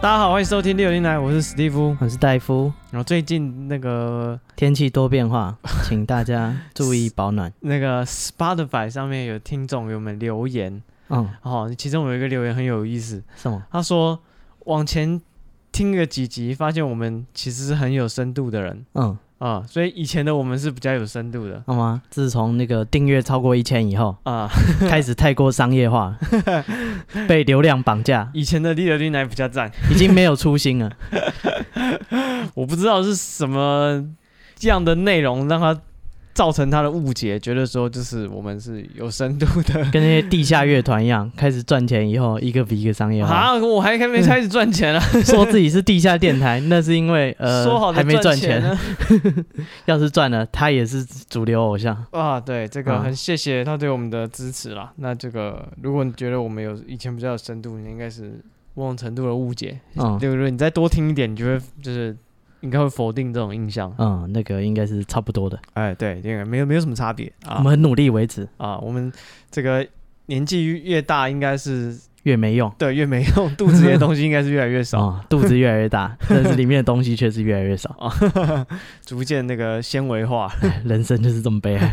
大家好，欢迎收听六零来，我是史蒂夫。我是戴夫。然后最近那个天气多变化，请大家 注意保暖。那个 Spotify 上面有听众给我们留言，嗯，哦，其中有一个留言很有意思，什么？他说往前听了几集，发现我们其实是很有深度的人嗯，啊、所以以前的我们是比较有深度的好吗？自从那个订阅超过一千以后，啊、开始太过商业 化，被流量绑架，以前的六零来比较赞，已经没有初心了。我不知道是什么样的内容让他。造成他的误解，觉得说就是我们是有深度的跟那些地下乐团一样，开始赚钱以后，一个比一个商业化。啊！我还还没开始赚钱啊，说自己是地下电台，那是因为呃说好的还没赚钱呢，要是赚了，他也是主流偶像。啊，对，这个嗯很谢谢他对我们的支持啦。那这个，如果你觉得我们有以前比较有深度，你应该是某种程度的误解，嗯对不对？你再多听一点，你就会就是应该会否定这种印象。嗯，那个应该是差不多的。哎，对，这个没有没有什么差别我啊们很努力为止，啊，我们这个年纪越大，应该是越没用。对越没用，肚子里的东西应该是越来越 少，哦，肚子越来越大， 但是里面的东西却是越来越少。嗯逐渐那个纤维化。哎人生就是这么悲 哀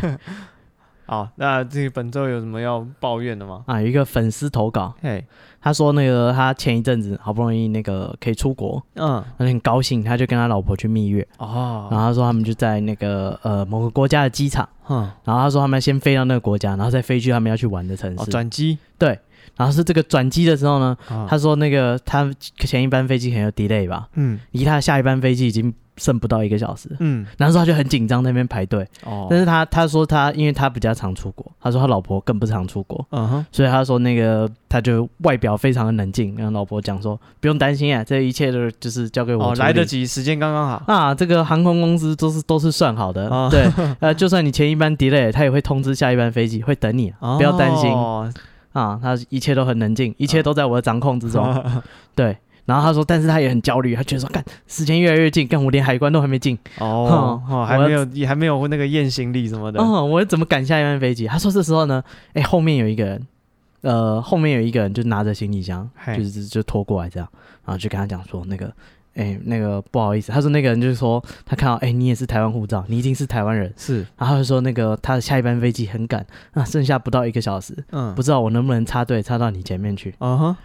好，那这个本周有什么要抱怨的吗？啊！有一个粉丝投稿，嘿，他说那个他前一阵子好不容易那个可以出国，嗯，他就很高兴，他就跟他老婆去蜜月，然哦，后他说他们就在那个呃某个国家的机场，嗯，然后他说他们先飞到那个国家，然后再飞去他们要去玩的城哦，市。转机，然后是这个转机的时候呢，啊他说那个他前一班飞机可能有 delay 吧，嗯离他下一班飞机已经剩不到一个小 时，嗯，然后说他就很紧张在那边排队。哦，但是他他说他因为他比较常出国，他说他老婆更不常出国，嗯哼，所以他说那个他就外表非常的冷静，跟老婆讲说不用担心啊，这一切都就是交给我哦，处理来得及，时间刚刚好。啊，这个航空公司都是都是算好的，啊对，呃，就算你前一班 delay，他也会通知下一班飞机会等你，不要担心、哦啊，他一切都很冷静，一切都在我的掌控之中，哦对。然后他说，但是他也很焦虑，他觉得说，干时间越来越近，干我连海关都还没进， 哦，哼哦还我要没有，也还没有那个验行李什么的。哦，我怎么赶下一班飞机？他说这时候呢，哎、后面有一个人，呃，后面有一个人就拿着行李箱，嘿就是就拖过来这样，然后就跟他讲说那个，哎、那个不好意思，他说那个人就是说他看到，哎、你也是台湾护照，你一定是台湾人，是，然后他就说那个他的下一班飞机很赶，那剩下不到一个小时，嗯，不是，知道我能不能插队插到你前面去。嗯哼，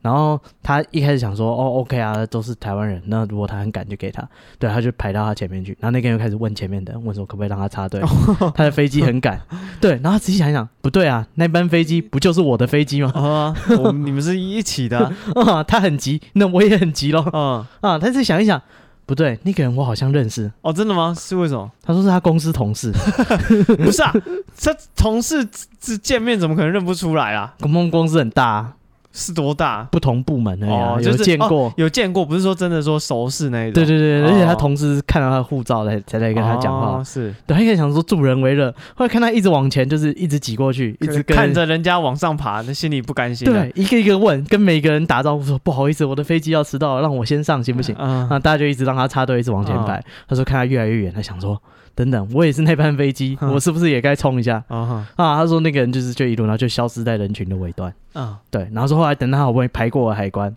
然后他一开始想说，哦，OK 啊，都是台湾人，那如果他很赶就给他，对，他就排到他前面去，然后那个人又开始问前面的人，问说可不可以让他插队，哦他的飞机 很赶，对，然后他仔细想一想，不对啊，那班飞机不就是我的飞机吗？ 啊，我们你们是一起的，啊，他很急，那我也很急咯。嗯，啊，他再想一想，不对，那个人我好像认识，哦，真的吗？是为什么？他说是他公司同事， 不是啊， 这同事这见面怎么可能认不出来啊？我们公司很大、啊，是多大？不同部门而已、啊，哦，就是有见哦过。有见过，不是说真的说熟识那一种。对对对，哦而且他同事是看到他的护照才才来跟他讲话，哦是对，他一开始想说助人为乐，后来看他一直往前，就是一直挤过去，一直跟看着啊人家往上爬，那心里不甘心啊。对一个一个问，跟每个人打招呼说不好意思，我的飞机要迟到了，让我先上行不行？嗯，啊，大家就一直让他插队，一直往前排。他说看他越来越远，他想说等等，我也是那班飞机，嗯我是不是也该冲一下啊哈，啊？他说那个人就是就一路，然后就消失在人群的尾端。嗯，对，然后说后来等他好不容易排过了海关，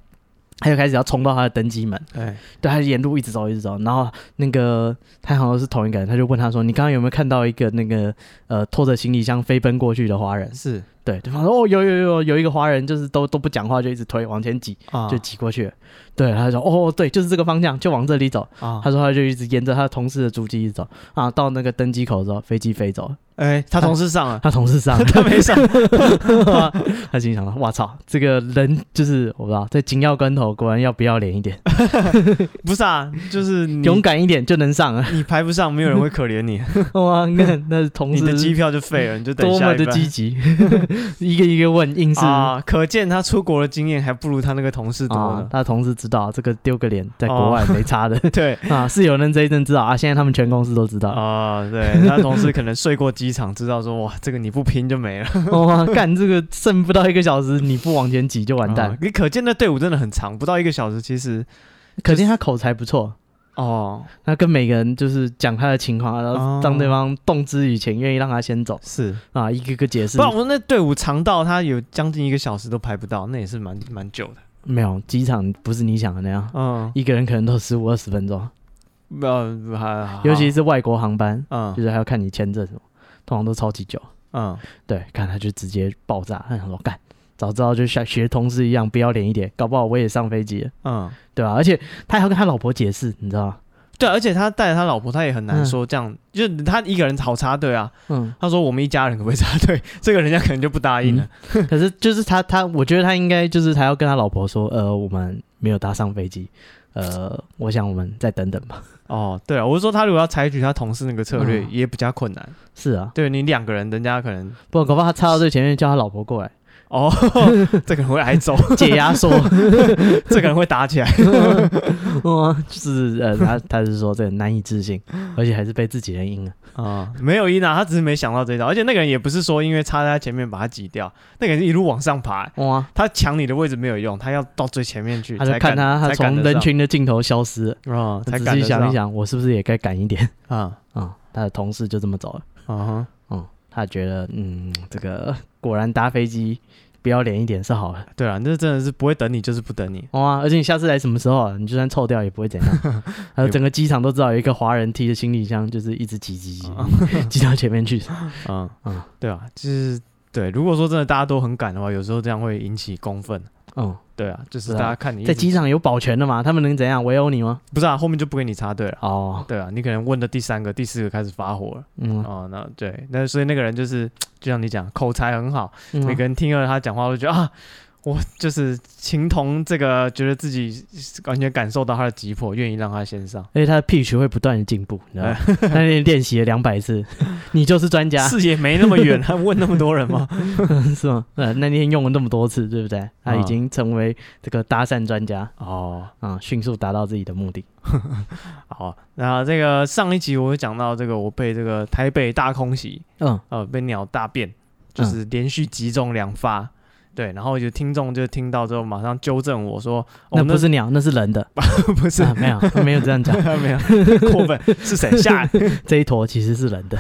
他就开始要冲到他的登机门。哎，对，他沿路一直走，一直走，然后那个他好像是同一个人，他就问他说：“你刚刚有没有看到一个那个呃拖着行李箱飞奔过去的华人 是？”对，对方说：“哦，有有有，有一个华人就是都都不讲话，就一直推往前挤，啊，就挤过去了。对，他就说：“哦，对，就是这个方向，就往这里走。”啊他，说哦他就一直沿着他的同事的足迹一直走啊，到那个登机口之后，飞机飞走了，哎，他同事上了， 他同 事上他没上，他心想说：“哇操，这个人就是我不知道，在紧要关头果然要不要脸一点，不是啊，就是你勇敢一点就能上了。你排不上，没有人会可怜你，哇，那啊那 同你事的机票就废了，你就等多下么一的班积极， 一个一个问，硬是啊啊！可见他出国的经验还不如他那个同事多 呢。他同事知道这个丢个脸，在国外没 差的对啊，是有人这一阵知道啊，现在他们全公司都知 道。啊，对，他同事可能睡过机场，知道说哇，这个你不拼就没了，哇，哦干这个剩不到一个小时，你不往前挤就 完蛋啊。。你可见那队伍真的很长，不到一个小时，其实可见他口才不错，哦他跟每个人就是讲他的情况，然哦后让对方动之以情，愿意让他先走是，啊，一个个解释不。然我们那队伍长到他有将近一个小时都排不到，那也是蛮蛮久的没有机场不是你想的那样，嗯，一个人可能都十五二十分啊钟，呃，还好尤其是外国航班，嗯就是还要看你签证什么，通常都超级久。嗯，对，看他就直接爆炸，他想说干，早知道就像学同事一样不要脸一点，搞不好我也上飞机了，嗯，对吧、而且他还要跟他老婆解释，你知道吗？对，而且他带着他老婆，他也很难嗯说这样，就是他一个人好插队啊。嗯，他说我们一家人可不可以插队？ 这个人家可能就不答应了。嗯可是就是他他，我觉得他应该就是他要跟他老婆说，呃，我们没有搭上飞机，呃，我想我们再等等吧。哦，对啊，我是说他如果要采取他同事那个策略，嗯也比较困难。是啊，对你两个人，人家可能不然搞不好他插到最前面叫他老婆过来 哦，这个人会挨揍，解压 缩，这个人会打 起来。哦，就是呃，他他是说这个难以置信，而且还是被自己人赢了。啊、没有伊娜，他只是没想到这一招，而且那个人也不是说因为插在他前面把他挤掉，那个人是一路往上爬、欸哇、他抢你的位置没有用，他要到最前面去他就才看敢，他他才赶从得人上群的尽头消失了，啊、才仔敢细得上想一想，我是不是也该赶一点？ 啊啊、他的同事就这么走了。啊哈嗯，他觉得嗯，这个果然搭飞机不要脸一点是好的。对啊，那真的是不会等你就是不等你，哇、而且你下次来什么时候啊？你就算臭掉也不会怎 样。还有整个机场都知道有一个华人提着行李箱，就是一直挤挤挤哦挤到前 面去。嗯嗯对啊，就是对，如果说真的大家都很赶的话，有时候这样会引起公愤，嗯，对啊，就是是啊大家看你一在直机场有保全的嘛，他们能怎样围殴你吗？不是啊，后面就不给你插队了。哦，对啊，你可能问的第三个、第四个开始发火了嗯，哦，那对，那所以那个人就是，就像你讲，口才很好，嗯每个人听了他讲话，都觉得啊，我就是情同这个，觉得自己完全感受到他的急迫，愿意让他先上，而且他的 pitch 会不断的进步，你 知道吗？他那天练习了两百次， 你就是专家，视野没那么远，还问那么多人吗？ 是吗？啊呃，那天用了那么多次，对不对？他已经成为这个搭讪专家。哦，啊、迅速达到自己的目的。好，那这个上一集我有讲到这个，我被这个台北大空袭，嗯，呃，被鸟大便，就是连续击中两发。对，然后有听众就听到之后，马上纠正我说：“哦，那不是鸟，那是人的，不是 啊、没啊有 没有这样讲， 没有过分，是谁吓？这一坨其实是人的。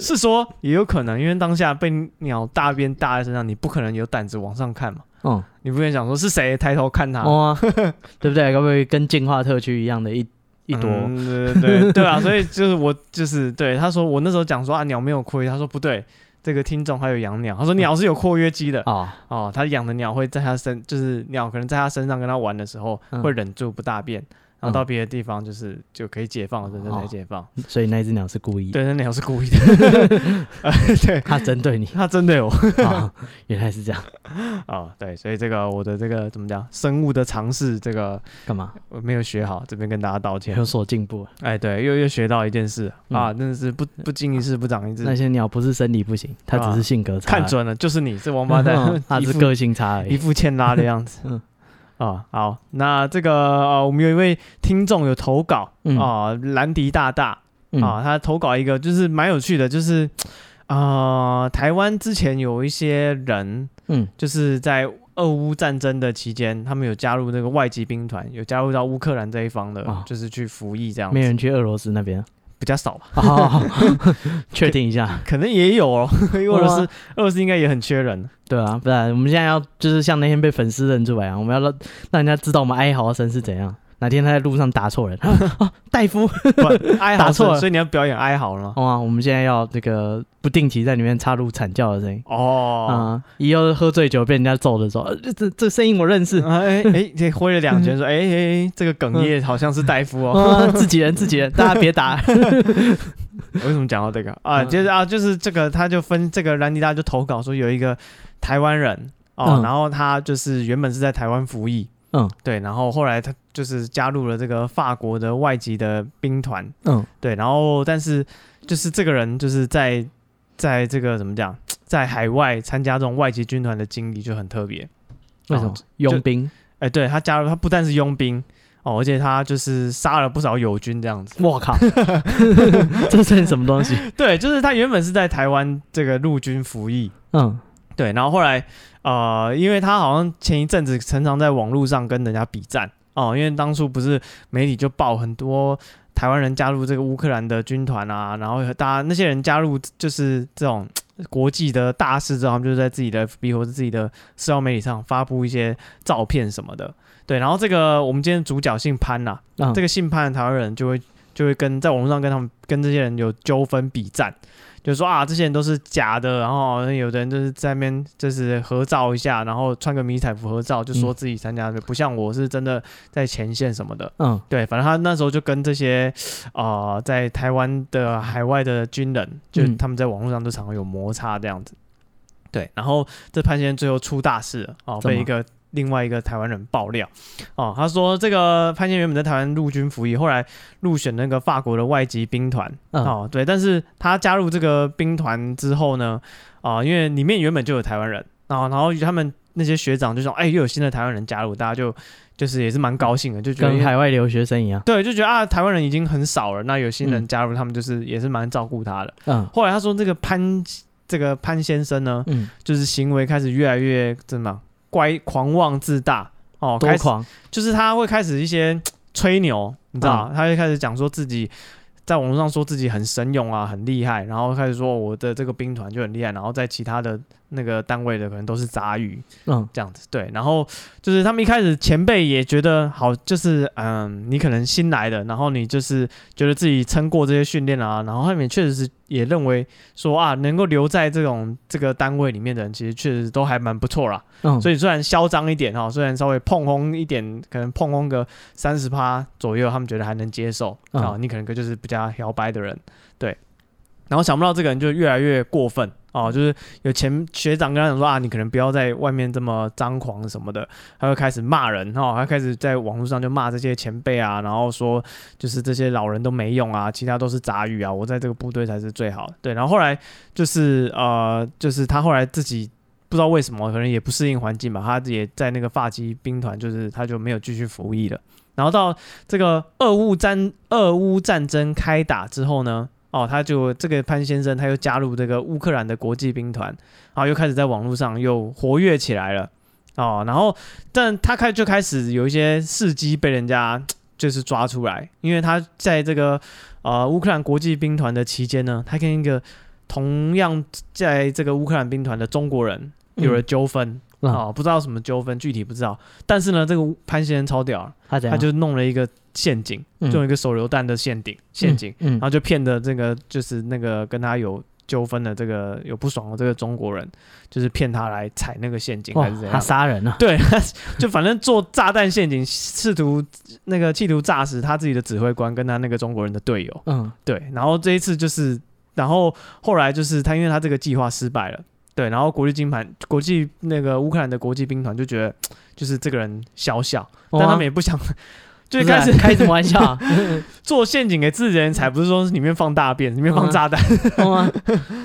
是说也有可能，因为当下被鸟大便搭在身上，你不可能有胆子往上看嘛，嗯，你不可能想说是谁抬头看他。哦啊、 对不对？该不会跟进化特区一样的一一坨？嗯对对对 对啊，所以就是我就是对他说，我那时候讲说啊鸟没有括约，他说不对，这个听众还有养鸟，他说鸟是有括约肌的哦，哦，他养的鸟会在他身，就是鸟可能在他身上跟他玩的时候嗯会忍住不大便，然后到别的地方就是就可以解放，人哦才解放。所以那只鸟是故意的，对，那鸟是故意 的，呃对，它针 对你他针对我。啊、原来是这样，哦，对，所以这个我的这个怎么讲，生物的尝试这个干嘛？我没有学好，这边跟大家道歉有。所进步了，啊哎，对，又又学到一件事嗯啊，真的是不不经一事不长一智那，些鸟不是生理不行，它只是性格差而啊已。看准了就是你这王 八蛋 嗯，它一是副个性差而一已。副欠拉的样子。嗯 嗯，啊，好，那这个呃，我们有一位听众有投稿嗯啊，兰迪大大嗯啊，他投稿一个就是蛮有趣的，就是啊，台湾之前有一些人嗯就是在俄乌战争的期间，他们有加入那个外籍兵团，有加入到乌克兰这一方的，哦就是去服役这样没子，人去俄罗斯那边，啊比较少吧，哦， 确定一下，可能也有哦， 因为俄罗斯哇俄罗斯应该也很缺人，对啊，不然我们现在要就是像那天被粉丝认出来啊，我们要让让人家知道我们哀嚎声是怎样。哪天他在路上打错人， 啊，戴夫，不哀嚎 打错声，了所以你要表演哀嚎了吗。好、啊，我们现在要这个不定期在里面插入惨叫的声音啊、哦，以后喝醉酒被人家揍的时候，呃、这这这声音我认识，啊 哎哎，这挥了两嗯拳说，哎哎，这个哽咽好像是戴夫哦。啊，自己人自己人， 大家别打，为什么讲到这个啊？嗯就是啊，就是这个，他就分这个兰迪大就投稿说有一个台湾人哦，嗯然后他就是原本是在台湾服役，嗯对，然后后来他就是加入了这个法国的外籍的兵团，嗯对，然后但是就是这个人就是在在这个怎么讲，在海外参加这种外籍军团的经历就很特别，为哦什么？佣兵，哎，对他加入他不但是佣兵哦，而且他就是杀了不少友军这样子。 我靠，这算什么东西？对，就是他原本是在台湾这个陆军服役，嗯对，然后后来呃，因为他好像前一阵子常常在网络上跟人家比战哦、因为当初不是媒体就报很多台湾人加入这个乌克兰的军团啊，然后大家那些人加入就是这种国际的大事之后，他们就是在自己的 FB 或者自己的社交媒体上发布一些照片什么的。对，然后这个我们今天主角姓潘呐、嗯这个姓潘的台湾人就会就会跟在网络上跟他们跟这些人有纠纷比战，就是说啊，这些人都是假的，然后有的人就是在那边就是合照一下，然后穿个迷彩服合照，就说自己参加的，不像我是真的在前线什么的。嗯对，反正他那时候就跟这些啊、呃在台湾的海外的军人，就嗯他们在网络上都常常有摩擦这样子。对，然后这潘先生最后出大事了哦，怎被么一个另外一个台湾人爆料哦，他说这个潘先生原本在台湾陆军服役，后来入选那个法国的外籍兵团、嗯哦，对，但是他加入这个兵团之后呢，啊、因为里面原本就有台湾人，然、后然后他们那些学长就说，哎，又有新的台湾人加入，大家就就是也是蛮高兴的，就觉得哎跟海外留学生一样。对，就觉得啊，台湾人已经很少了，那有新人嗯加入，他们就是也是蛮照顾他的。嗯后来他说，这个潘这个潘先生呢，嗯，就是行为开始越来越怎么样乖狂妄自大哦，多开始狂，就是他会开始一些嗯吹牛，你知嗯道，他就开始讲说自己。在网络上说自己很神勇啊，很厉害，然后开始说我的这个兵团就很厉害，然后在其他的那个单位的可能都是杂鱼，嗯这样子，对。然后就是他们一开始前辈也觉得好，就是嗯，你可能新来的，然后你就是觉得自己撑过这些训练啊，然后他们也确实是也认为说啊，能够留在这种这个单位里面的人，其实确实都还蛮不错啦。嗯，所以以虽然嚣张一点哈，虽然稍微碰轰一点，可能碰轰个三十趴左右，他们觉得还能接受嗯啊。你可能就是比较摇摆的人，对。然后想不到这个人就越来越过分哦、就是有前学长跟他讲说啊，你可能不要在外面这么张狂什么的，他会开始骂人哈、他开始在网络上就骂这些前辈啊，然后说就是这些老人都没用啊，其他都是杂鱼啊，我在这个部队才是最好的。对，然后后来就是呃，就是他后来自己不知道为什么，可能也不适应环境吧，他也在那个发基兵团，就是他就没有继续服役了。然后到这个俄乌战俄乌战争开打之后呢，哦，他就这个潘先生他又加入这个乌克兰的国际兵团，然后又开始在网络上又活跃起来了。哦，然后但他开就开始有一些事迹被人家就是抓出来，因为他在这个呃乌克兰国际兵团的期间呢，他跟一个同样在这个乌克兰兵团的中国人有了纠纷啊、嗯哦，不知道什么纠纷，具体不知道。但是呢，这个潘先生超屌啊了，他怎他样？就弄了一个陷阱，啊嗯就用一个手榴弹的陷阱陷阱，嗯，嗯然后就骗的这个就是那个跟他有纠纷的这个有不爽的这个中国人，就是骗他来踩那个陷阱哇还是怎，他样？杀人啊了，对，他就反正做炸弹陷阱，试图那个企图炸死他自己的指挥官跟他那个中国人的队友。嗯对，然后这一次就是，然后后来就是他，因为他这个计划失败了，对，然后国际金牌、国际那个乌克兰的国际兵团就觉得，就是这个人小小，但他们也不想， 就不是开啊始开什么玩笑 啊？做陷阱给自己人才，不是说里面放大便，里面放炸弹，懂吗？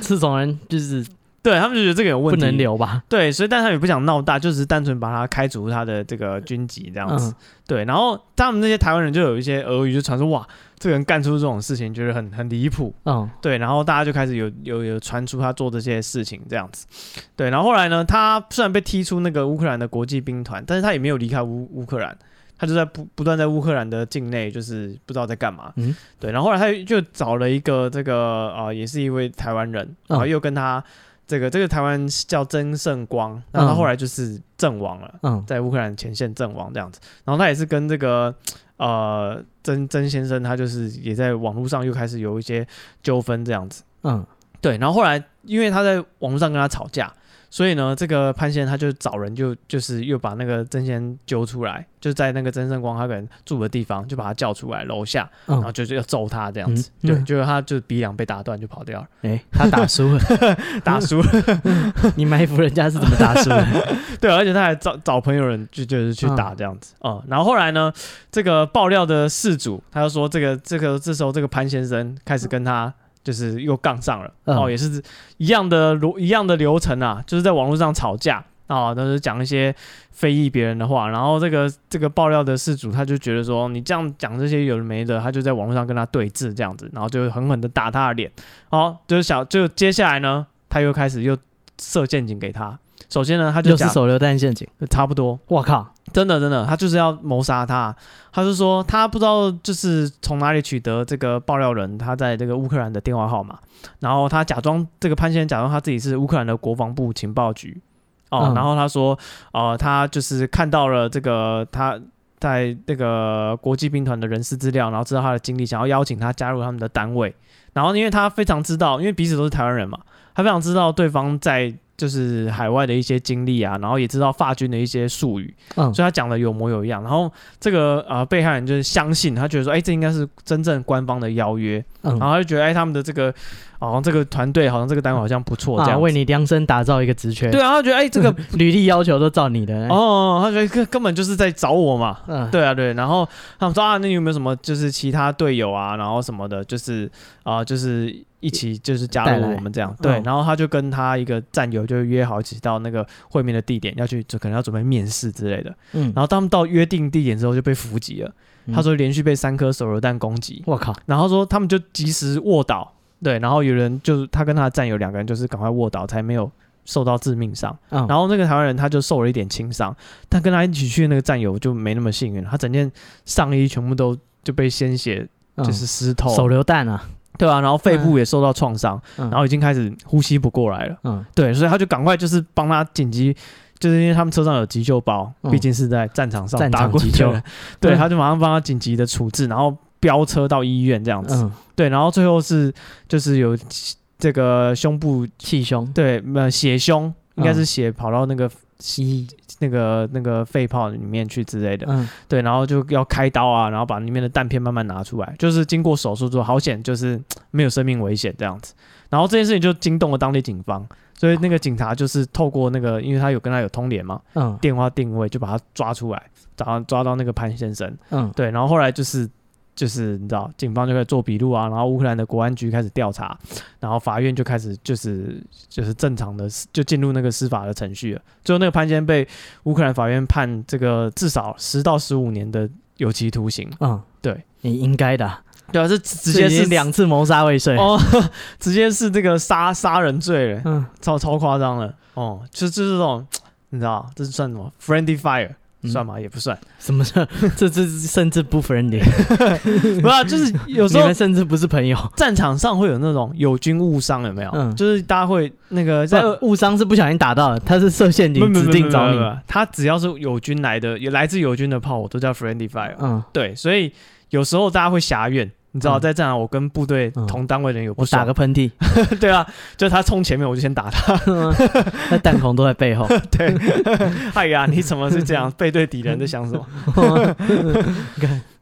这种人就是 对他们就觉得这个有问不题，能留吧？对，所以但他也不想闹大，就只是单纯把他开除他的这个军籍这样子。嗯对，然后他们那些台湾人就有一些俄语就传说，哇，这个人干出这种事情，觉得很很离谱。嗯对，然后大家就开始有有有传出他做这些事情这样子。对，然后后来呢，他虽然被踢出那个乌克兰的国际兵团，但是他也没有离开乌乌克兰。他就在不不断在乌克兰的境内，就是不知道在干嘛。嗯对。然后后来他就找了一个这个呃，也是一位台湾人，然后嗯又跟他这个这个台湾叫曾胜光，然后他嗯后来就是阵亡了。嗯在乌克兰前线阵亡这样子。然后他也是跟这个呃曾曾先生，他就是也在网络上又开始有一些纠纷这样子。嗯对，然后后来因为他在网络上跟他吵架，所以呢，这个潘先生他就找人就就是又把那个曾先生揪出来，就在那个曾胜光他可能住的地方，就把他叫出来楼下，然后嗯，就是要揍他这样子。嗯对，嗯就是他就鼻梁被打断就跑掉了，哎，他打输了，打输了。 你埋伏人家是怎么打输的？对，而且 他还找找朋友人就就是去打这样子啊、嗯然后后来呢，这个爆料的事主他就说，这个这个这时候这个潘先生开始跟他就是又杠上了、嗯哦，也是一样的流一样的流程啊，就是在网络上吵架。啊、都是讲一些非议别人的话，然后这个这个爆料的事主他就觉得说你这样讲这些有的没的，他就在网络上跟他对峙这样子，然后就狠狠的打他的脸，哦，就是想就接下来呢，他又开始又设陷阱给他，首先呢他就又是讲手榴弹陷阱，差不多，我靠！真的真的，他就是要谋杀他。他就说他不知道就是从哪里取得这个爆料人他在这个乌克兰的电话号码，然后他假装这个潘先生假装他自己是乌克兰的国防部情报局哦，嗯然后他说呃他就是看到了这个他。在那个国际兵团的人事资料，然后知道他的经历，想要邀请他加入他们的单位。然后，因为他非常知道，因为彼此都是台湾人嘛，他非常知道对方在就是海外的一些经历啊，然后也知道法军的一些术语，嗯所以他讲的有模有样。然后这个呃被害人就是相信，他觉得说，哎、这应该是真正官方的邀约，嗯，然后他就觉得，哎、他们的这个好像这个团队，好像这个单位好像不错，这啊，样、为。你嗯量身打造一个职缺，对啊，他觉得哎、这个 履历要求都照你的，哦，他觉得根根本就是在找我嘛。嗯，对啊，对，然后他们说啊，那你有没有什么就是其他队友啊，然后什么的，就是啊、就是一起就是加带入来我们这样，对嗯，然后他就跟他一个战友就约好一起到那个会面的地点，要去就可能要准备面试之类的，嗯，然后他们到约定地点之后就被伏击了，嗯他说连续被三颗手榴弹攻击，我靠，然后说他们就及时卧倒，对，然后有人就是他跟他的战友两个人就是赶快卧倒，才没有受到致命伤。嗯，然后那个台湾人他就受了一点轻伤，但跟他一起去的那个战友就没那么幸运了，他整件上衣全部都就被鲜血嗯就是湿透，手榴弹啊，对啊，然后肺部也受到创伤，然然后已经开始呼吸不过来了，嗯对，所以他就赶快就是帮他紧急。就是因为他们车上有急救包，嗯毕竟是在战场上战场打过急救的 人，对，嗯他就马上帮他紧急的处置，然后飙车到医院这样子。嗯，对，然后最后是就是有这个胸部气胸，对呃血胸，应该嗯是血跑到那个吸，那个那个肺泡里面去之类的，嗯对，然后就要开刀啊，然后把里面的弹片慢慢拿出来，就是经过手术之后，好险就是嘖没有生命危险这样子。然后这件事情就惊动了当地警方，所以那个警察就是透过那个，因为他有跟他有通联嘛，嗯电话定位就把他抓出来，抓抓到那个潘先生，嗯，对，然后后来就是就是你知道，警方就开始做笔录啊，然后乌克兰的国安局开始调查，然后法院就开始就是就是正常的就进入那个司法的程序了。最后那个潘先生被乌克兰法院判这个至少十到十五年的有期徒刑，嗯，对，你应该的啊，对啊，这直接这已是经两次谋杀未遂，哦，直接是这个杀杀人罪了，嗯，超超夸张了哦，就就是这种你知道这是算什么 friendly fire 嗯算吗？也不算，什么 这这这甚至不 friendly，不是啊，就是有时你候们甚至不是朋友，战场上会有那种有军误伤，有没有？嗯就是大家会那个在这误伤是不小心打到的，他是设陷没有阱没有没指有没定有找没有没你，有他只要是友军来的，有来自友军的炮，我都叫 friendly fire。嗯，对，所以有时候大家会狭怨，你知道，嗯在战场我跟部队嗯同单位的人有不我打爽个，喷嚏， 对啊，就他冲前面，我就先打他。那弹孔都在 背后， 对，哎呀，你怎么是这样背对敌人在想什 么？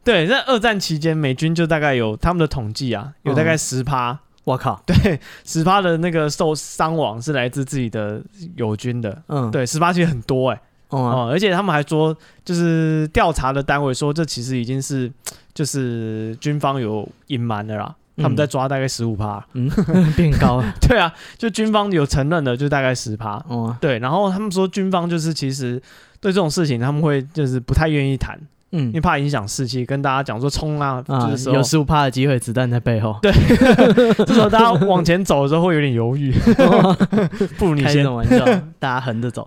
对，在二战期间，美军就大概有他们的统计啊，有大概嗯十趴，我靠，对，十趴的那个受伤亡是来自自己的友军的，嗯，，对，十八其实很多哎、嗯啊哦、而且他们还说，就是调查的单位说，这其实已经是就是军方有隐瞒的啦，他们在抓大概十五趴， 嗯，变高 了，对啊，就军方有承认的，就大概十趴，嗯啊对，然后他们说军方就是其实对这种事情他们会就是不太愿意谈，因为嗯。怕影响士气，跟大家讲说冲啊，啊就是，有时十五趴的机会，子弹在背后。候这时候大家往前走的时候会有点犹豫， 不如你开什先么，玩笑？大家横着走。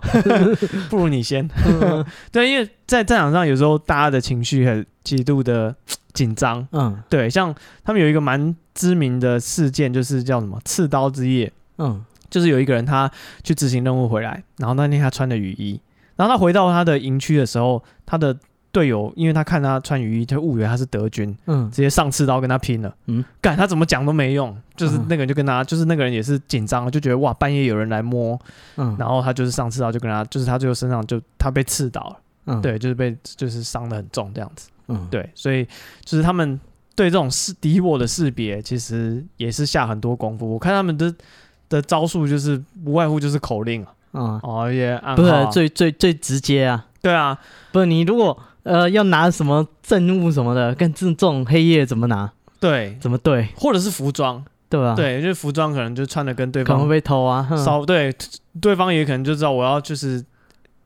不如你先，嗯 对，因为在战场上有时候大家的情绪很极度的紧张。嗯对，像他们有一个蛮知名的事件，就是叫什么“刺刀之夜嗯”，就是有一个人他去执行任务回来，然后那天他穿的雨衣，然后他回到他的营区的时候，他的队友因为他看他穿雨衣，就误以为他是德军，嗯直接上刺刀跟他拼了。嗯嗯，干他怎么讲都没用，就是嗯那个人就跟他，就是那个人也是紧张了，就觉得哇，半夜有人来摸，嗯，然后他就是上刺刀就跟他，就是他最后身上就他被刺倒了，嗯对，就是被就是伤的很重这样子。嗯对，所以就是他们对这种识敌我的识别，其实也是下很多功夫。我看他们的的招数就是无外乎就是口令啊，嗯，哦也暗不号是啊、最最最直接啊！对啊，不是你如果呃要拿什么证物什么的，跟这这种黑夜怎么拿？对，怎么对？或者是服装，对吧？，对，就是服装可能就穿的跟对啊可能方会被偷啊。哼稍对，对方也可能就知道我要就是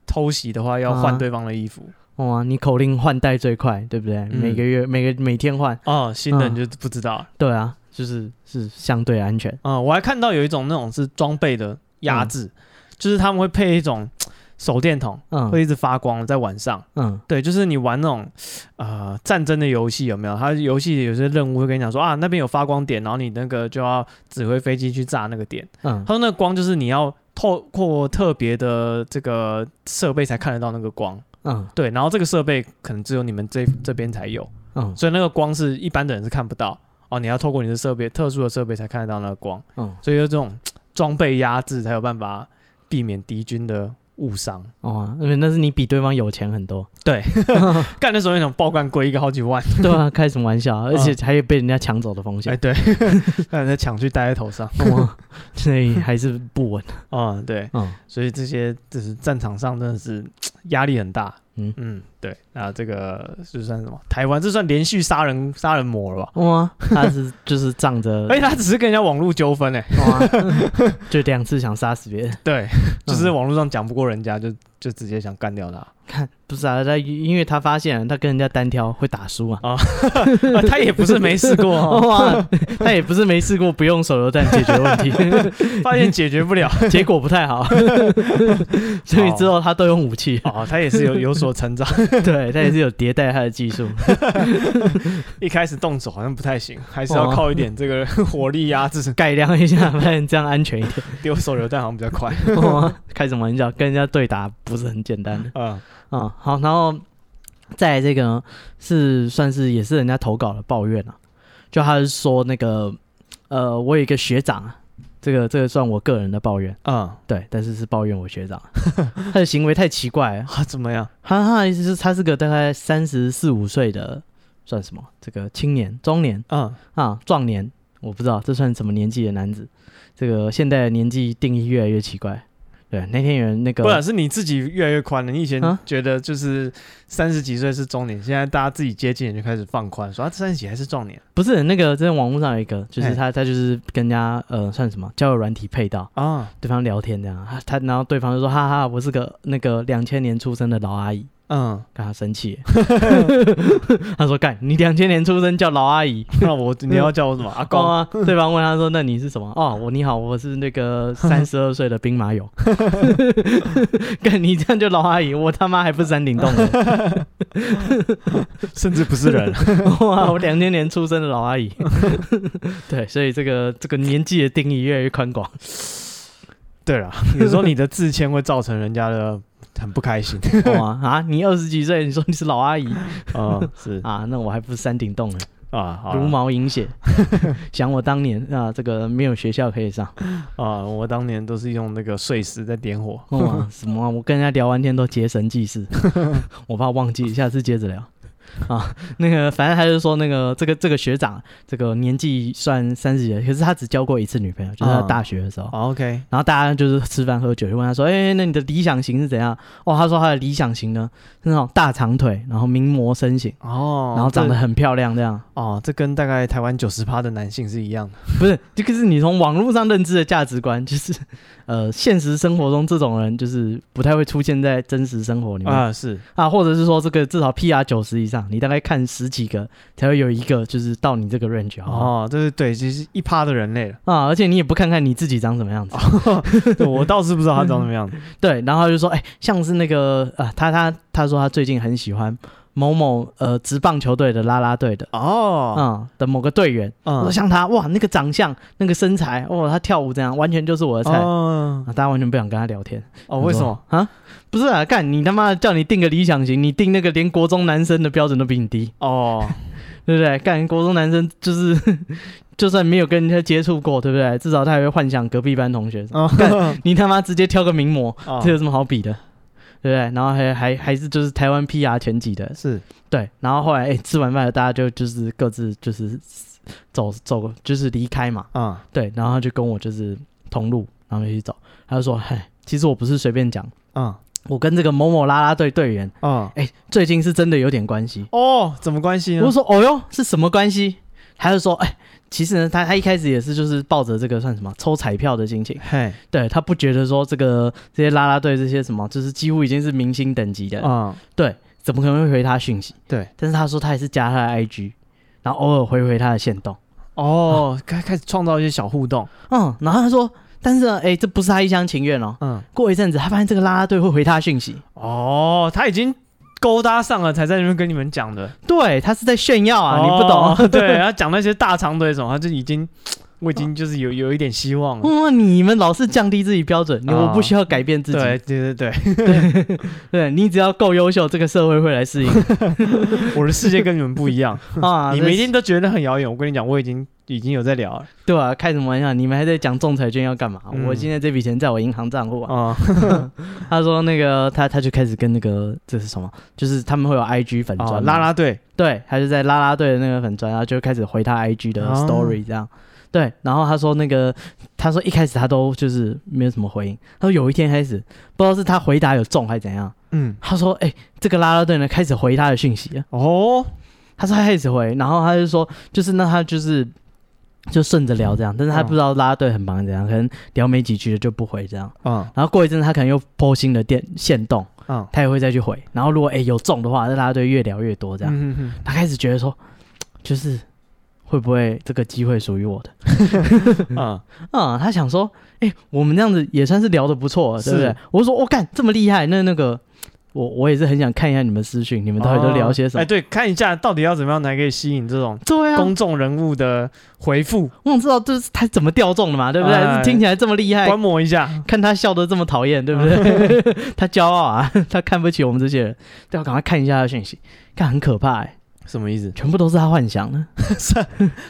偷袭的话要换啊对方的衣服哇、你口令换代最快，对不对？嗯每个月每个每天换，哦，新人嗯就不知道了对啊，就是是相对安全。嗯，我还看到有一种那种是装备的压制，就是他们会配一种手电筒嗯会一直发光，在晚上。嗯对，就是你玩那种呃战争的游戏有没有？它游戏有些任务会跟你讲说啊，那边有发光点，然后你那个就要指挥飞机去炸那个点。嗯他，说那个光就是你要透过特别的这个设备才看得到那个光。嗯对，然后这个设备可能只有你们这这边才有，嗯所以那个光是一般的人是看不到哦。你要透过你的设备，特殊的设备才看得到那个光，嗯，所以有这种嘖装备压制才有办法避免敌军的误伤。哦啊，因为那是你比对方有钱很多，干那时候那种爆干贵一个好几万， 对啊，开什么玩笑啊，而嗯且还有被人家抢走的风 哎险，对，让人家抢去戴在头 上。哇所以还是不稳。嗯，对， 嗯所以这些就是战场上真的是嘖压力很大。嗯嗯，对，那这个是算什么？台湾这算连续杀人杀人魔了吧？哇，他是就是仗着而且他只是跟人家网络纠纷哎，哇，就两次想杀死别人，对， 嗯就是网络上讲不过人家，就就直接想干掉他、看不是啊，他因为他发现了他跟人家单挑会打输啊。啊他也不是没试过、哦，哇，他也不是没试过不用手榴弹解决问题，发现解决不 了，结果不太好，所以之后他都用武器，哦，他也是有有所成长。对他也是有迭代他的技术。一开始动手好像不太行，还是要靠一点这个 火力压制，改良一下，发现这样安全一点。丢手榴弹好像比较快。哇 开什么玩笑，跟人家对打不是很简单的嗯，啊、好，然后再来这个呢，是算是也是人家投稿的抱怨啊，就他是说那个呃，我有一个学长啊，这个这个算我个人的抱怨，嗯对，但是是抱怨我学长， 他的行为太奇怪了。啊，怎么样？他他的意思是，他是个大概三十四五岁的，算什么？这个青年、中年嗯啊、壮年，我不知道这算什么年纪的男子。这个现代的年纪定义越来越奇怪。对，那天有人那不然个，是你自己越来越宽了。你以前啊觉得就是三十几岁是中年，现在大家自己接近也就开始放宽，说啊三十几还是壮年不是那个，在网络上有一个，就是嘿他他就是跟人家呃算什么交友软体配到，啊。对方聊天这样，他他然后对方就说哈哈，我是个那个两千年出生的老阿姨，嗯，跟他生气耶，他说干你两千年出生叫老阿姨，那我你要叫我什 么阿高公？啊，对方问他说：“那你是什么？”哦，我你好，我是那个三十二岁的兵马俑。 干你这样就老阿姨，我他妈还不是山顶洞人，甚至不是人。 哇，我两千年出生的老阿姨。 对，所以这个这个年纪的定义越来越宽广。对啦，有时候你的自谦会造成人家的很不开 心。 哇啊，你二十几岁，你说你是老阿姨嗯，是啊？那我还不是山顶洞人，啊，好啦茹毛饮血。 想我当年啊，这个没有学校可以上，啊！我当年都是用那个碎石在点火。 哇，什么、啊？我跟人家聊完天都结绳记事， 我怕忘记，下次接着聊。啊，那个反正他就说那个这个这个学长，这个年纪算三十几了，可是他只交过一次女朋友，就是他嗯大学的时候。好 OK，然后大家就是吃饭喝酒，就问他说：“哎、那你的理想型是怎样？”哦，他说他的理想型呢是那种大长腿，然后名模身形，哦，然后长得这很漂亮，这样。哦，这跟大概台湾九十趴的男性是一样的。不是，这个是你从网络上认知的价值观，就是呃，现实生活中这种人就是不太会出现在真实生活里面。啊，是啊，或者是说这个至少 PR 九十以上，你大概看十几个才会有一个就是到你这个 range 好不好哦，这是对，其实一趴的人类了。啊，而且你也不看看你自己长什么样哦子，对我倒是不知道他长什么样子。对，然后他就说，哎、像是那个啊，他他他说他最近很喜欢某某呃职棒球队的啦啦队的哦，啊、的某个队员，我嗯说，像他哇，那个长相，那个身材，哦，他跳舞这样，完全就是我的菜，哦啊，大家完全不想跟他聊天。哦，为什么？啊？不是啊，干你他妈叫你定个理想型，你定那个连国中男生的标准都比你低，哦，对不对？干国中男生就是 就算没有跟人家接触过，对不对？至少他还会幻想隔壁班同学。 哦干你他妈直接挑个名模，哦这有什么好比的？对不对？然后还还还是就是台湾 PR 前几的，是对。然后后来哎吃完饭了，大家就就是各自就是走走就是离开嘛，啊，对。然后他就跟我就是同路，然后一起走。他就说：“嗨，其实我不是随便讲，嗯我跟这个某某啦啦队队员，嗯，哎，最近是真的有点关系。”哦，怎么关系呢我就？说：“哦哟，是什么关系？”他就说：“哎，其实呢，他他一开始也是就是抱着这个算什么抽彩票的心情，嘿，对他不觉得说这个这些啦啦队这些什么，就是几乎已经是明星等级的，嗯，对，怎么可能会回他讯息？对，但是他说他还是加他的 IG，然后偶尔回回他的线动，哦，开开始创造一些小互动。嗯，然后他说。”但是呢，哎、这不是他一厢情愿哦。嗯，过一阵子，他发现这个啦啦队会回他讯息，哦，他已经勾搭上了，才在那边跟你们讲的对他是在炫耀啊，你不哦懂。 对，他讲那些大长腿什么，他就已经，我已经就是有有一点希望了。嗯，你们老是降低自己标准，你哦我不需要改变自己，对对对对，对你只要够优秀，这个社会会来 适应我的世界跟你们不一样， 啊。你这们一定都觉得很遥远。我跟你讲，我已经已经有在聊了对啊，开什么玩笑？你们还在讲仲裁券要干嘛？嗯我现在这笔钱在我银行账户啊。啊，他说那个他他就开始跟那个这是什么？就是他们会有 IG 粉哦砖嘛啦啦队，对，他就在啦啦队的那个粉砖，然后就开始回他 IG 的哦 story 这样。对，然后他说那个，他说一开始他都就是没有什么回应，他说有一天开始，不知道是他回答有中还是怎样，嗯，他说哎、这个啦啦队呢开始回他的讯息了，哦，他说他开始回，然后他就说就是那他就是就顺着聊这样，但是他嗯不知道啦啦队很忙怎样，可能聊没几句就不回这样，嗯然后过一阵子他可能又剖新的电线动，嗯，他也会再去回，然后如果哎、有中的话，那啦啦队越聊越多这样。嗯嗯他开始觉得说，就是会不会这个机会属于我的？嗯嗯，啊、他想说，哎、我们这样子也算是聊得不错了，对不对是？我就说，我、干这么厉害，那那个我我也是很想看一下你们私讯，你们到底都聊些什哦么？哎，对，看一下到底要怎么样才可以吸引这种对啊，公众人物的回复，我想知道这是他怎么调中的嘛，对不对？哎听起来这么厉害，观摩一下。看他笑得这么讨厌，对不对？ 他骄傲啊， 他看不起我们这些人，对，我赶快看一下他的讯息，看很可怕、哎，什么意思？全部都是他幻想的。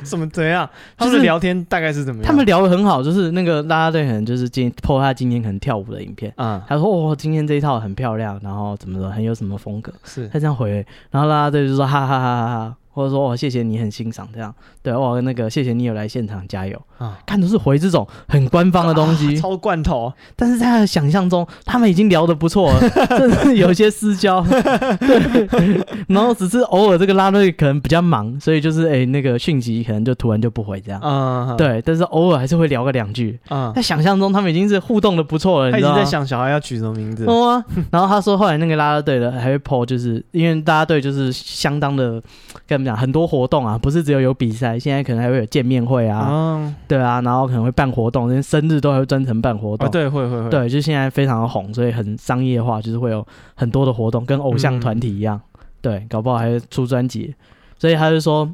什么怎样？他们就是的聊天大概是怎么样？他们聊得很好，就是那个啦啦队可能就是今 PO 他今天可能跳舞的影片，啊、他说哦今天这一套很漂亮，然后怎么的很有什么风格，是他这样回，然后啦啦队就说哈哈哈哈哈，或者说哦谢谢你很欣赏这样，对哦那个谢谢你有来现场加油，啊，看都是回这种很官方的东西，超罐头，但是在他的想象中他们已经聊得不错了， 甚至有些私交，对，然后只是偶尔这个啦啦队可能比较忙，所以就是哎那个讯息可能就突然就不回这样。嗯，，对，但是偶尔还是会聊个两句，嗯在，想象中他们已经是互动的不错了，他你一直知道吗在？想小孩要取什么名字，哦啊、然后他说后来那个啦啦队的还会 PO，就是因为啦啦队就是相当的，跟你们讲很多活动啊，不是只有有比赛，现在可能还会有见面会啊，嗯，对啊，然后可能会办活动，连生日都还会专程办活动。哦，对，会会会，对，就现在非常的红，所以很商业化，就是会有很多的活动，跟偶像团体一样。对，搞不好还会出专辑，所以他就说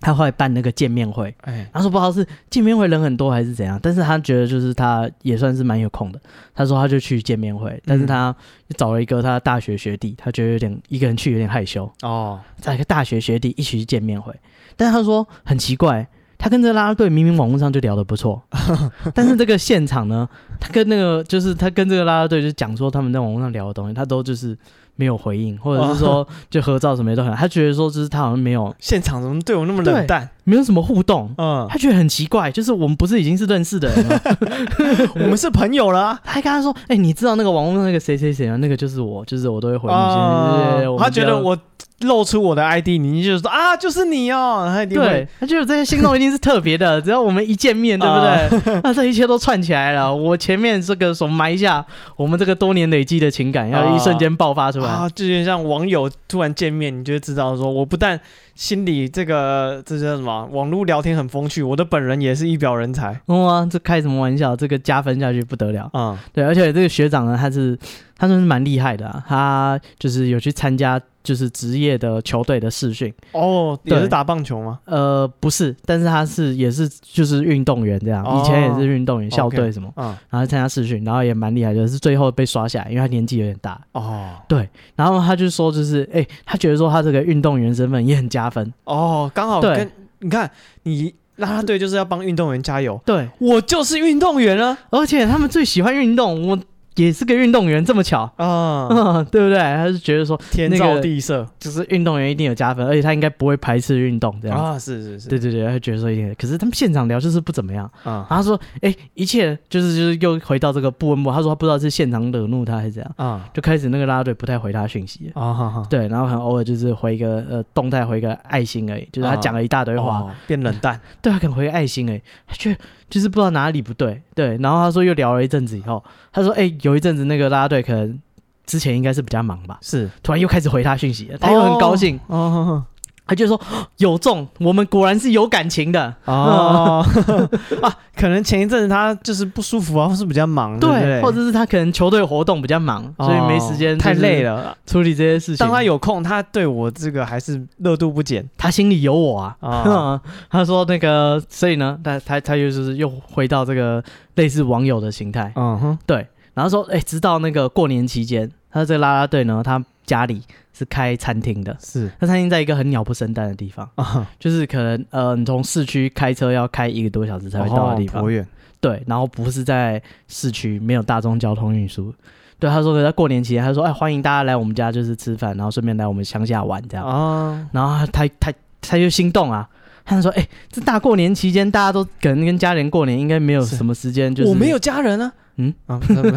他后来办那个见面会，哎，他说不知道是见面会人很多还是怎样，但是他觉得就是他也算是蛮有空的。他说他就去见面会，但是他找了一个他大学学弟，他觉得有点一个人去有点害羞，哦，找一个大学学弟一起去见面会。但是他说很奇怪，他跟这个啦啦队明明网络上就聊得 不错，但是这个现场呢，他跟那个就是他跟这个啦啦队就讲说他们在网络上聊的东西，他都就是没有回应，或者是哦说就合照什么也都很好，他觉得说就是他好像没有现场怎么对我那么冷淡？没有什么互动。嗯，他觉得很奇怪，就是我们不是已经是认识的人了， 我们是朋友了啊，他还跟他说：“哎、你知道那个网络上那个谁谁谁啊？那个就是我，就是我都会回你。啊对对对他觉得。们我露出我的 ID，你就说啊，就是你哦，他一就定对会，，他觉得这些心动一定是特别的，只要我们一见面，对啊哦不对？ 那这一切都串起来了。我前面这个所埋下，我们这个多年累积的情感，要一瞬间爆发出来。啊，就有点像网友突然见面，你就会知道说，我不但心里这个这叫什么，网络聊天很风趣，我的本人也是一表人才。哇、这开什么玩笑？这个加分下去不得了。啊、对，而且这个学长呢，他是他算是蛮厉害的、啊，他就是有去参加就是职业的球队的试训。哦，也对是打棒球吗？呃，不是，但是他是也是就是运动员这样，哦以前也是运动员， OK 校队什么，嗯，然后参加试训，然后也蛮厉害的，是最后被刷下来，因为他年纪有点大。哦然后他就说，就是哎、他觉得说他这个运动员身份也很加分。哦，刚好对跟你看，你啦啦队就是要帮运动员加油，对，我就是运动员啊，而且他们最喜欢运动，我也是个运动员，这么巧。 啊、 对不对？他就觉得说，天那个造地设、就是运动员一定有加分，而且他应该不会排斥运动这样。啊，是是是，对对对，他觉得说一定。可是他们现场聊就是不怎么样。啊然后他说，哎、一切就是就是又回到这个不温不火。他说他不知道是现场惹怒他还是怎样。啊就开始那个啦啦队不太回他讯息了，啊哈哈，对，然后很偶尔就是回一个呃动态回一个爱心而已，就是他啊讲了一大堆话，哦变冷淡，对他可能回个爱心而已，他却就是不知道哪里不对，对，然后他说又聊了一阵子以后，他说哎、有一阵子那个啦啦队可 能之前应该是比较忙吧，是，哦 突然又开始回他讯息了，他又很高兴，哦，他就说哦有中，我们果然是有感情的。 哦啊，可能前一阵子他就是不舒服啊，或是比较忙，对不对，哦嗯对，哦或者是他可能球队活动比较忙，所以没时间，太累了。处理这些事情。当他有空，他对我这个还是热度不减他心里有我啊。啊 他说那个，所以呢，他他他就是又回到这个类似网友的形态， 嗯哼，对。然后说，哎、直到那个过年期间，他这个啦啦队呢，他家里是开餐厅的， 是他餐厅在一个很鸟不生蛋的地方，啊，就是可能呃，你从市区开车要开一个多小时才会到的地方，哦颇远对。然后不是在市区，没有大众交通运输。对，他说在过年期间，他说，哎，欢迎大家来我们家就是吃饭，然后顺便来我们乡下玩这样。啊，然后他他他就心动啊，他就说：“哎、这大过年期间，大家都可能跟家人过年，应该没有是什么时间，就是我没有家人啊，嗯 啊，没有没有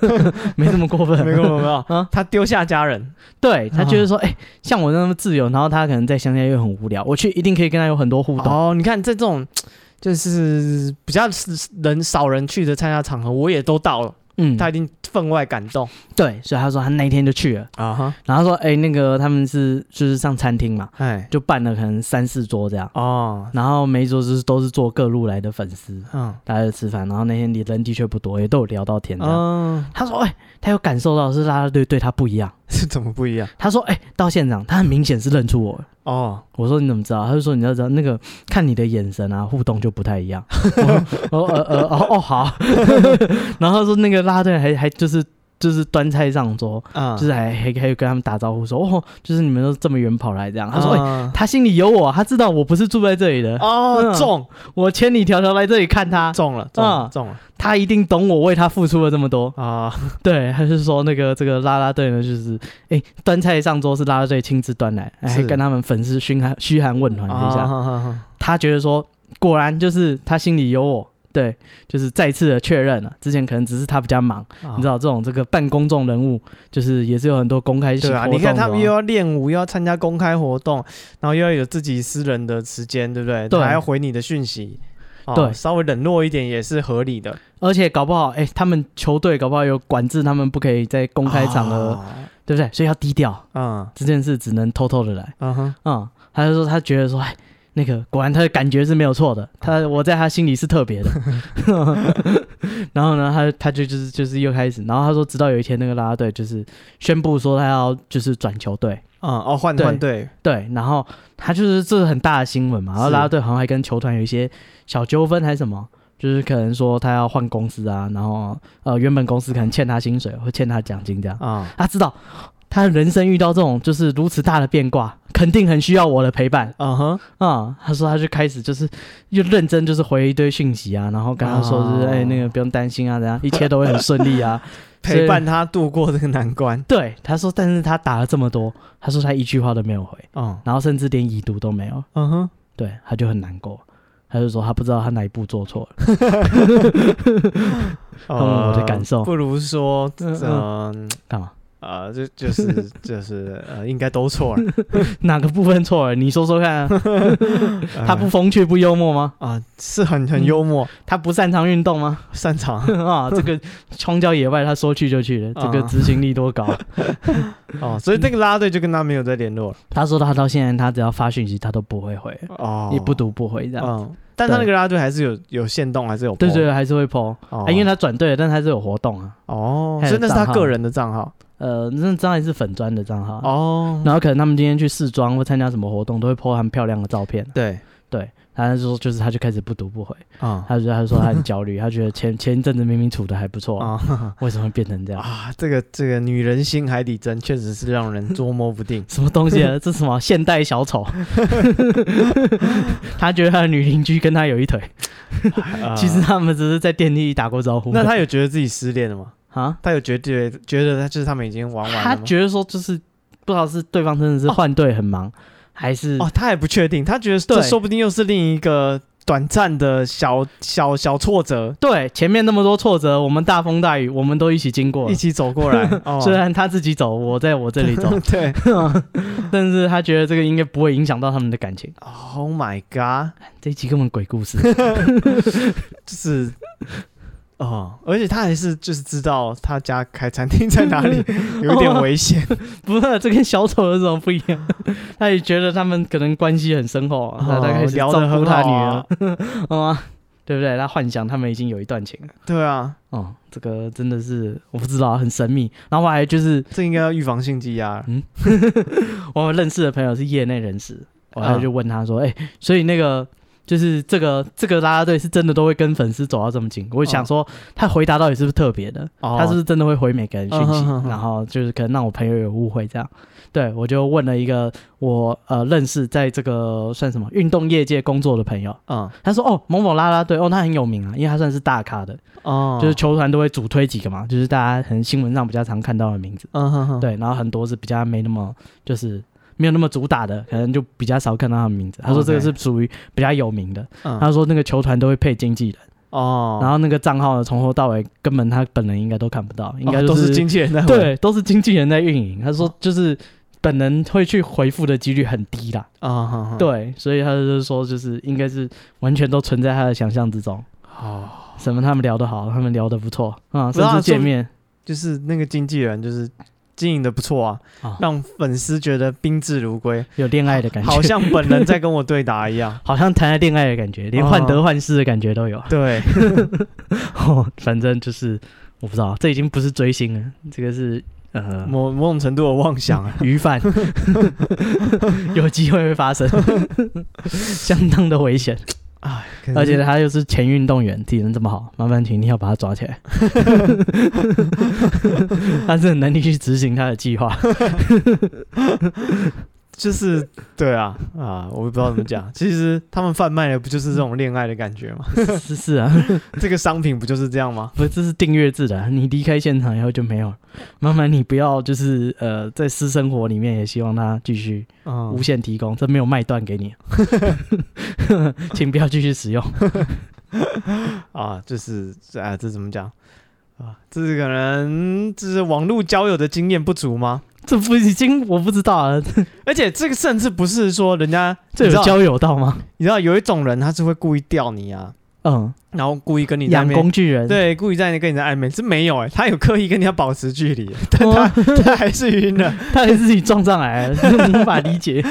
没这么过 分。没有没有没有啊，他丢下家人，对他就是说，哎、像我那么自由，然后他可能在乡下又很无聊，我去一定可以跟他有很多互动。哦，你看这种就是比较是人少人去的参加场合，我也都到了，嗯，他他一定分外感动对，所以他说他那一天就去了，啊哈，然后说，哎、那个他们是就是上餐厅嘛，哎，就办了可能三四桌这样，哦，然后每一桌就是都是坐各路来的粉丝，嗯大家就吃饭，然后那天人的确不多，也都有聊到天这样。嗯， 他说，哎、他有感受到是啦啦队对他不一样。是怎么不一样？他说：“哎、到现场，他很明显是认出我了。哦，”我说：“你怎么知道？”他就说：“你要知道，那个看你的眼神啊，互动就不太一样。 我说”哦呃呃哦哦好。 然后他说那个拉队还还就是就是端菜上桌，啊，就是还还还有跟他们打招呼说：“哦，就是你们都这么远跑来这样。”他说：“哎、哎，他心里有我，他知道我不是住在这里的，哦，嗯中我千里迢迢来这里看他，中了，中了，嗯中了他一定懂我为他付出了这么多。”啊，对，他是说那个这个啦啦队呢，就是哎，端菜上桌是啦啦队亲自端来，哎，是跟他们粉丝嘘寒嘘寒问暖一下。啊，他觉得说，果然就是他心里有我，对，就是再次的确认了。之前可能只是他比较忙，你知道。道这种这个半公众人物，就是也是有很多公开性对活啊，动你看他们的又嘛要练舞，又要参加公开活动，然后又要有自己私人的时间，对不对？对他还要回你的讯息，哦对稍微冷落一点也是合理的。而且搞不好哎，他们球队搞不好有管制，他们不可以在公开场合，对不对？所以要低调，啊，这件事只能偷偷的来。嗯嗯哼，嗯，他就说他觉得说，哎，那个果然他的感觉是没有错的，他我在他心里是特别的。 然后呢，他他就就是就是又开始，然后他说，直到有一天那个啦啦队就是宣布说他要就是转球队，嗯哦，换对换队，对，然后他就是这是很大的新闻嘛，然后是啦啦队好像还跟球团有一些小纠纷还是什么。就是可能说他要换公司啊，然后呃原本公司可能欠他薪水或欠他奖金这样，啊，他知道他人生遇到这种就是如此大的变卦，肯定很需要我的陪伴，嗯哼，啊、他说他就开始就是又认真就是回一堆讯息啊，然后跟他说就是哦哎、那个不用担心啊，怎样一切都会很顺利 啊。陪伴他度过这个难关。对，他说，但是他打了这么多，他说他一句话都没有回，嗯然后甚至连已读都没有，嗯哼，对，他就很难过。他就说他不知道他哪一步做 错了，呃我的感受不如说，嗯嗯干嘛？呃，就就是 就是呃，应该都错了。哪个部分错了？你说说看、啊。他呃不风趣不幽默吗？啊，是很很幽默，他不擅长运动 吗？擅长啊，这个荒郊野外，他说去就去了，这个啊执行力多高啊！哦，所以那个拉队就跟他没有再联络了。他说他到现在，他只要发讯息，他都不会回，哦，也不读不回这样。嗯，但他那个对拉队还是有有限动，还是有对 po 对，还是会 PO，、哦啊、因为他转队了，但他还是有活动啊。哦，还有所以那是他账号啊个人的账号呃，那张还是粉砖的账号，哦。然后可能他们今天去试妆或参加什么活动，都会 PO 他们漂亮的照片。对对，他就说就是他就开始不读不回，啊他就他就说他很焦虑， 他觉得前前一阵子明明处的还不错、啊为什么会变成这样？啊， 这个这个女人心海底针确实是让人捉摸不定什么东西 啊？这是什么现代小丑？他觉得他的女邻居跟他有一腿，啊 其实他们只是在电梯里打过招呼。那他有觉得自己失恋了吗？啊，他有觉得觉得他就是他们已经玩完他了吗？觉得说就是不知道是对方真的是换队很忙，还是哦，他也不确定，他觉得这对说不定又是另一个短暂的小小小挫折，对前面那么多挫折，我们大风大雨我们都一起经过一了。起走 过来。哦，虽然他自己走，我在我这 里走，对但是他觉得这个应该不会影响到他们的感情。哦，Oh my god， 这一集根本鬼故事，就是哦，而且他还是就是知道他家开餐厅在哪 里，有点危险。不是，这跟小丑有什么不一样？他也觉得他们可能关系很深厚啊，他哦他开始照聊得顾很他好女儿啊，好吗？对不对？他幻想他们已经有一段情了。对啊，哦，这个真的是我不知道，很神秘。然后我还就是这应该要预防性积压。嗯我认识的朋友是业内人士，啊我还就问他说：“哎、所以那个就是这个这个啦啦队是真的都会跟粉丝走到这么近？”我想说他回答到底是不是特别的，啊哦他是不是真的会回每个人讯息嗯哼哼，哼然后就是可能让我朋友有误会这样。对我就问了一个我呃认识在这个算什么运动业界工作的朋友，嗯他说：“哦，某某啦啦队哦，他很有名啊，因为他算是大咖的，哦，就是球团都会主推几个嘛，就是大家可能新闻上比较常看到的名字。”嗯哼哼，对，然后很多是比较没那么就是没有那么主打的，可能就比较少看到他们名字。他说这个是哦 OK 属于比较有名的，嗯他说那个球团都会配经纪人，哦，然后那个账号呢从头到尾根本他本人应该都看不到，应该哦就都是是经纪人哦在玩对，都是经纪人在运营。他说就是。本人会去回复的几率很低啦，啊，哼哼，对，所以他就是说，就是应该是完全都存在他的想象之中。哦，什么他们聊得好，他们聊得不错啊，不甚是啊至说见不面就是那个经纪人就是经营的不错啊，啊，让粉丝觉得宾至如 归，有恋爱的感觉，。好像本人在跟我对答一样 好像谈了恋爱的感觉，连哦患得患失的感觉都有。对，哦， 反正就是我不知道，这已经不是追星了，这个是呃某某种程度的妄想 啊。鱼贩，有机会会发生，相当的危险。哎，可能而且是他又是前运动员，体能这么好，麻烦请一定要把他抓起来。 他是很难以去执行他的计划。就是对啊啊，我也不知道怎么 讲。其实他们贩卖的不就是这种恋爱的感觉吗？ 是是啊，这个商品不就是这样吗？不，这是订阅制的啊，你离开现场以后就没有了。麻烦你不要就是呃，在私生活里面也希望他继续嗯无，限提供，这没有卖断给你， 请不要继续使用。啊，就是啊，这怎么讲啊？这是可能就是网络交友的经验不足吗？这不已经我不知道啊，而且这个甚至不是说人家这你知有道交友到吗？你知道有一种人他是会故意钓你啊，嗯，然后故意跟你在那养边工具人，对，故意在那跟你在暧昧，这没有哎、他有刻意跟你要保持距 离，但他、哦， 他还是晕了。他还是自己撞上来了， 无法理解。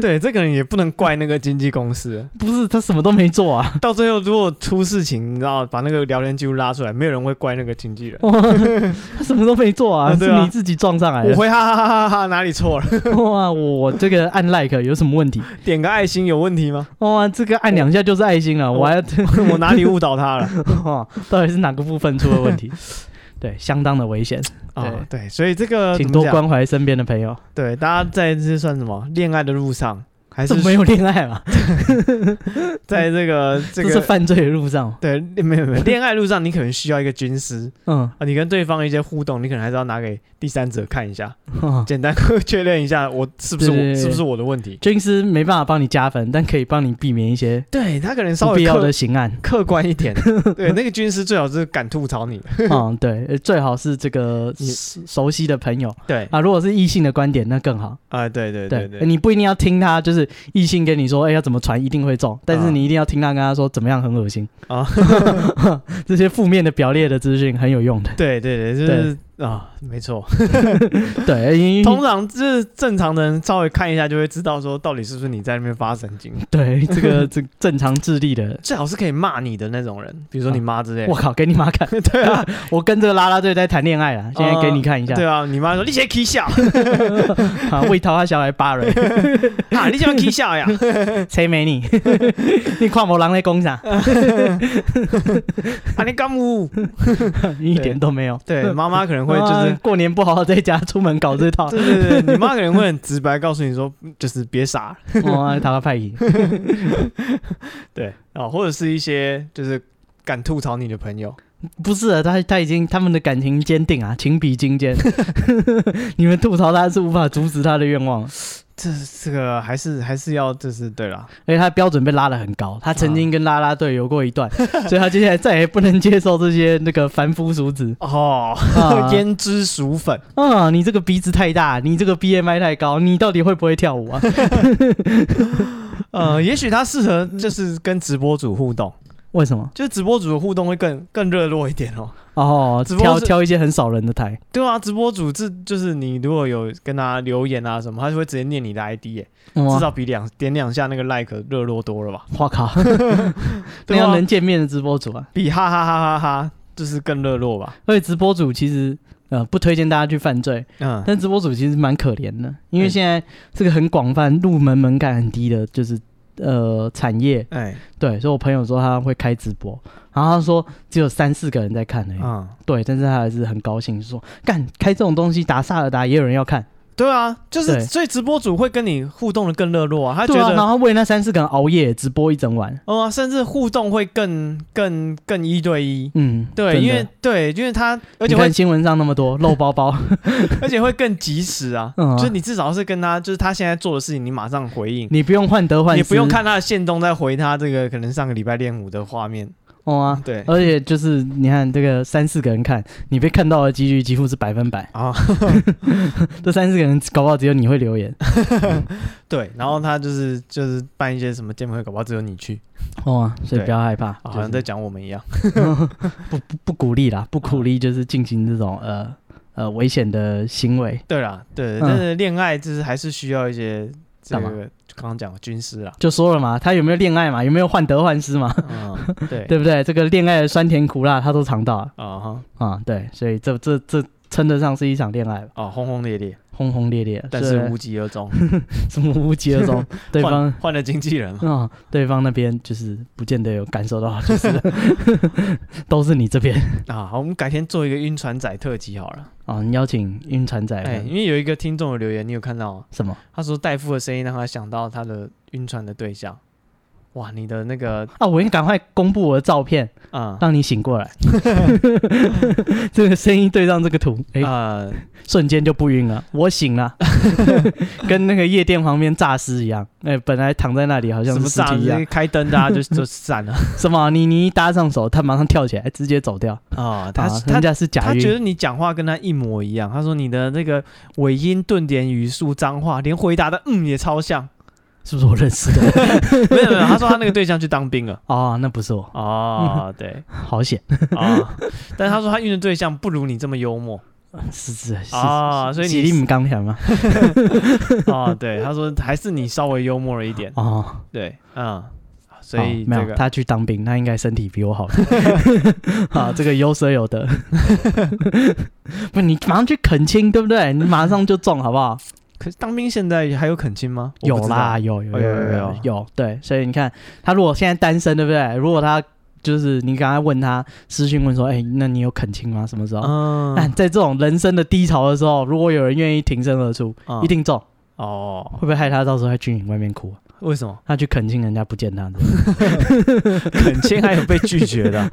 对，这个人也不能怪那个经纪公 司。不是他什么都没做 啊，到最后如果出事情，你知道把那个聊天记录拉出来，没有人会怪那个经纪 人。哇他什么都没做啊，啊对啊是你自己撞上来我的。会哈哈哈哈哈哈，哪里错了？ 哇，我这个按 like 有什么问题？点个爱心有问题 吗？哇，这个按两下就是爱心了，我我还要 我哪里误导他了？哇，到底是哪个部分出了问 题？对，相当的危险，啊、对，所以这个呃怎请么多讲关怀身边的朋友。对大家在这算什么恋爱的路上，还是这没有恋爱嘛？在这个这是个犯罪的路上。对没有没有恋爱路上，你可能需要一个军师嗯，啊，你跟对方一些互动，你可能还是要拿给第三者看一下， 简单确认一下我是不是我对对对是不是我的问题。军师没办法帮你加分，但可以帮你避免一些对他可能稍不微必要客的刑案。 客观一 点，对那个军师最好是敢吐槽你，嗯，对，呃最好是这个你熟熟悉的朋友对啊、啊。如果是异性的观点，那更好。对对对对对，你不一定要听他，就是异性跟你说，哎，要怎么传一定会中，但是你一定要听他跟他说怎么样很恶心啊。 这些负面的表列的资讯很有用的。对对对，就是啊、没错。对，因通为常就是正常的人稍微看一下就会知道说到底是不是你在那边发神 经，对这 个这正常智力的，最好是可以骂你的那种人，比如说你妈之类啊我的。靠，给你妈看。 对啊， 我跟这个啦啦队在谈恋爱啊，现在给你看一下。对啊，你 妈说你先 K 笑， 啊，为桃花小孩扒人，哈，啊你想 K 笑 呀？谁没你？ 你看我狼在 工厂，啊，你干物？你一点都没有。对，妈妈可能会就啊是。过年不好好在家，出门搞 这套，对对对，你妈可能会很直白告诉你说，嗯就是别傻，哇，桃花派系。对啊、或者是一些就是敢吐槽你的朋友，不是啊，他他已经他们的感情坚定啊，情比金坚。 你们吐槽他是无法阻止他的愿望，这这个还是还是要就是对啦，而且他标准被拉得很高。他曾经跟啦啦队有过一段，啊 所以他接下来再也不能接受这些那个凡夫 俗子。哦， 啊胭脂薯粉，啊，你这个鼻子太大，你这个 BMI 太高，你到底会不会 跳舞啊？啊呃，也许他适合就是跟直播主互动，为什么？嗯就是直播主的互动会更更热络一点哦。哦，只不过挑是挑一些很少人的台，对啊，直播主这就是你如果有跟他留言啊什么，他就会直接念你的 ID 耶、至哇，少比两点两下那个 like 热络多了吧？ 哇靠，那对啊样能见面的直播主啊，比哈哈哈哈哈就是更热络吧？而且直播主其实呃不推荐大家去犯罪，嗯，但直播主其实蛮可怜的，因为嗯现在这个很广泛、入门门槛很低的，就是呃产业。哎、对，所以我朋友说他会开直播，然后他说只有三四个人在看而已。嗯，对，但是他还是很高兴，说干开这种东西打萨尔达也有人要看，对啊，就是对所以直播主会跟你互动的更热络啊，他觉对啊，然得。后为那三四个人熬夜直播一整晚。哦、啊，甚至互动会更更更一对一，嗯，对，真的因为对，因为他而且你会看新闻上那么多漏 包包，而且会更及时啊，嗯啊就是你至少是跟他，就是他现在做的事情，你马上回应，你不用患得患失，也不用看他的线动再回他这个可能上个礼拜练舞的画面。哦啊。对而且就是你看这个三四个人看，你被看到的几率几乎是百分百。啊， 这三四个人搞不好只有你会留 言对，然后他就是就是办一些什么见面会，搞不好只有你去，哦啊，所以对不要害怕，啊、就好像是在讲我们一样。 不不不鼓励啦，不鼓励就是进行这种呃呃危险的行为，对啦，对，嗯但是恋爱就是还是需要一些这干嘛个刚刚讲的军师啊啦，就说了嘛，他有没有恋爱嘛，有没有患得患失嘛，嗯，对，对不对？这个恋爱的酸甜苦辣他都尝到了啊哈，啊、对，所以这这这称得上是一场恋爱吧，哦，轰轰烈烈，轰轰烈烈，但所是以无疾而终，什么无疾 而终， 对换方。换了 经纪人嘛，啊、对方那边就是不见得有感受到，就是 都是你这边啊，好，我们改天做一个晕船仔特辑好了。啊、你邀请晕船仔哎、们、因为有一个听众的留言，你有看到吗？什么他说戴夫的声音让他想到他的晕船的对象。哇，你的那个啊？我应该赶快公布我的照片， 啊、让你醒过来。这个声音对上这个图，哎、呃，瞬间就不晕了。我醒了，跟那个夜店旁边诈尸一样。哎、本来躺在那里好像什是啊么炸？尸体一直样接。开灯大家就 就散了什么？你你一搭上手，他马上跳起来，直接走掉。啊！他啊，他人家是假他觉晕。得你讲话跟他一模一样。他说你的那个尾音、顿点、语速、脏话，连回答的嗯也超像。是不是我认识的？没有没有，他说他那个对象去当兵了。哦，那不是我，哦， 对好险，啊，但是他说他晕的对象不如你这么幽默是是是。啊，所以吉利你姆刚强嘛？ 啊，对，他说还是你稍微幽默了一点。哦，对，嗯，所以哦没这有，个他去当兵，他应该身体比我好。 啊，这个有舍有得。 不，你马上去恳亲，对不对？你马上就中，好不好？可是当兵现在还有恳亲吗？ 我有不知道啦，，有有哦有有有有有，对，所以你看，他如果现在单身，对不对？如果他就是你刚才问他私讯问说，哎、那你有恳亲吗？什么时候？嗯但在这种人生的低潮的时候，如果有人愿意挺身而出，嗯一定中。哦会。不会害他到时候在军营外面哭？为什 么他去恳亲人家不见他的，恳亲还有被拒绝 的？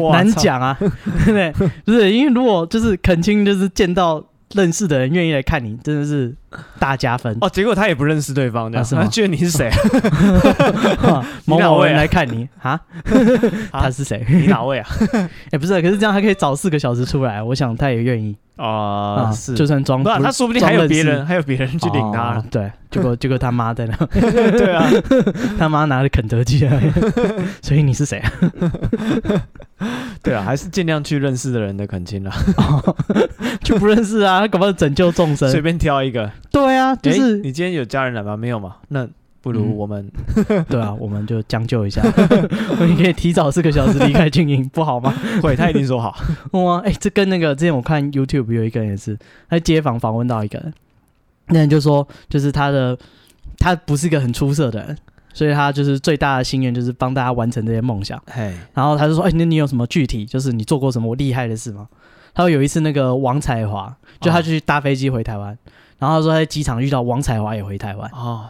哇难操讲啊， 对不对？不是因为如果就是恳亲，就是见到认识的人愿意来看你，真的是大加分。 哦。结果他也不认识对方，这样啊是吗他觉得你是谁？ 某哪某位人啊来看你 啊，啊他是谁？你哪位啊？ 哎、不是，可是这样还可以早四个小时出来，我想他也愿意啊，是，就算装不然他说不定还有别人，还有别人去领了。他哦。对，结 果结果他妈在那，对啊， 他妈拿着肯德基来， 所以你是谁啊？ 对啊，还是尽量去认识的人的恳亲啦，哦就不认识啊，他搞不好拯救众随生。便挑一个。对啊，就诶是、你今天有家人来吗？没有嘛？那不如嗯我们 对啊，我们就将就一下， 我们可以提早四个小时离开军营，不好吗？ 会，他一定说好。哇，哎、这跟那个之前我看 YouTube 有一个人也是，他街访访问到一个人，那人就说，就是他的他不是一个很出色的人，所以他就是最大的心愿就是帮大家完成这些梦想。 嘿，然后他就说，哎、那你有什么具体就是你做过什么厉害的事吗？他说有一次那个王彩华，就他去搭飞机回台湾，然后他说他在机场遇到王彩华也回台湾，哦，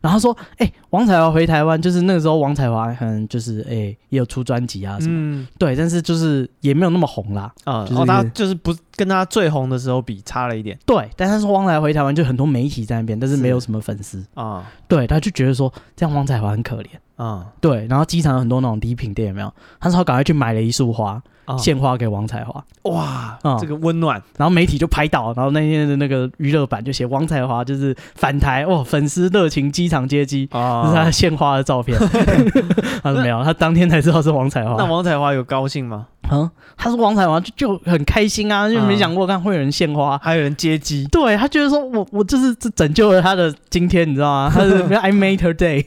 然后他说，哎、王彩华回台湾，就是那个时候王彩华可能就是哎、也有出专辑啊什么，嗯，对，但是就是也没有那么红啦。啊，就是哦，他就是不跟他最红的时候比差了一点对，但他说汪仔回台湾就很多媒体在那边，但是是没有什么粉丝，啊对，他就觉得说这样汪仔华很可怜。啊对，然后机场有很多那种礼品店，有没有？他说赶快去买了一束花，啊！献花给王彩华。哇啊，这个温暖然后媒体就拍到，然后那天的那个娱乐版就写王彩华就是反台哦，粉丝热情机场接机，这是他啊！献花的照片。他说没有，他当天才知道是王彩华。那王彩华有高兴吗？嗯，他说王彩华就就很开心嗯啊，就没想过看会有人献花。还有人接机，对他觉得说我我就是这拯救了他的今天，你知 道吗？他是 I made her day，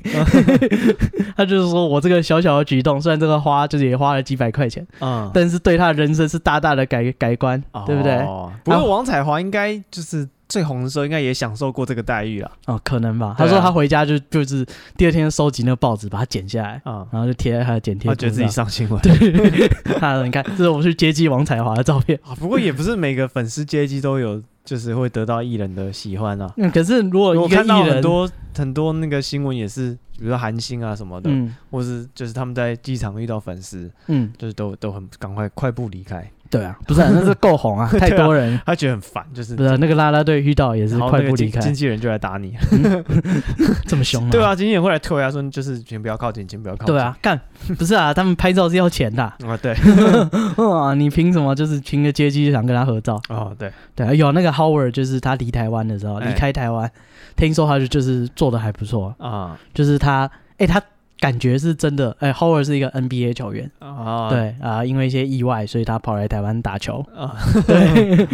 他就是说我这个小小的举动，虽然这个花就是也花了几百块钱，嗯，但是对他的人生是大大的改改观，哦对不对？？不过王彩华应该就是最红的时候，应该也享受过这个待遇啊哦，可能吧。他对啊说他回家就就是第二天收集那个报纸，把它剪下来，啊！然后就贴在他的剪贴他簿哦觉得自己 上。上新闻， 他说你看，这是我们去接机王彩华的照片。啊，不过也不是每个粉丝接机都有，就是会得到艺人的喜欢啊。嗯，可是如果我一个看艺到人，很多很多那个新闻也是，比如说韩星啊什么的，嗯或是就是他们在机场遇到粉丝，嗯，就是都都很赶快快步离开，对啊，不是啊、那是够 红啊，太多人。他觉得很烦，就是不是啊、那个啦啦队遇到也是然后快那个步离经开，嗯经纪人就来打 你，这么凶吗？对，啊，经纪人会来推啊，说就是请不要靠近，请不要靠近，对啊，干不是啊，他们拍照是要钱的啊、啊，对， 嗯啊，你凭什么就是凭个接机就想跟他合照？哦对，对啊，有那个 Howard 就是他离台湾的时候，哎离开台湾，听说他就就是做的还不错，啊就是他，哎、他感觉是真的，哎、h o w a r d 是一个 NBA 球员，啊，对啊、因为一些意外，所以他跑来台湾打球， 啊，对，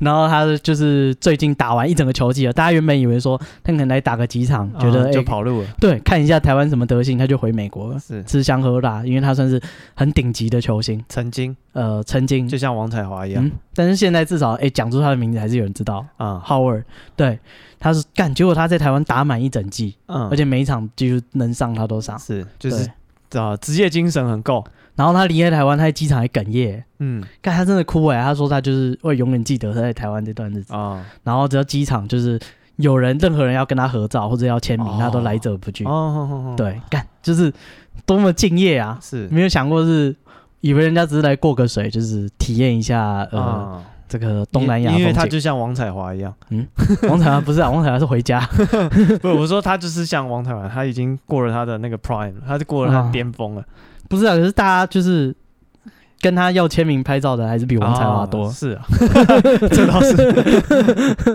然后他就是最近打完一整个球季了，大家原本以为说他可能来打个几场，觉得哎、嗯啊就跑路了，对，看一下台湾什么德性，他就回美国了。是吃香喝辣，因为他算是很顶级的球星，曾经呃，曾经就像王彩华一样嗯，但是现在至少哎讲出他的名字还是有人知道啊， ，Howard，对，他是干，结果他在台湾打满一整季，嗯而且每一场就是能上他都上，是就对。是啊，职业精神很够，然后他离开台湾，他在机场还哽咽，嗯看他真的哭哎、他说他就是会永远记得他在台湾这段日子，啊然后只要机场就是有人任何人要跟他合照或者要签名，哦他都来者不拒，哦哦，哦，嗯对，干就是多么敬业哦！啊是没有想过是以为人家只是来过个水，就是体验一下呃、啊，这个东南亚因因为风他景。就像王彩华一样， 王彩华不是啊，王彩华是回家，不，我说他就是像王彩华，他已经过了他的那个 prime，他就过了他啊的巅峰了，不是啊，可是大家就是跟他要签名拍照的还是比王彩华多，啊是啊，这倒是。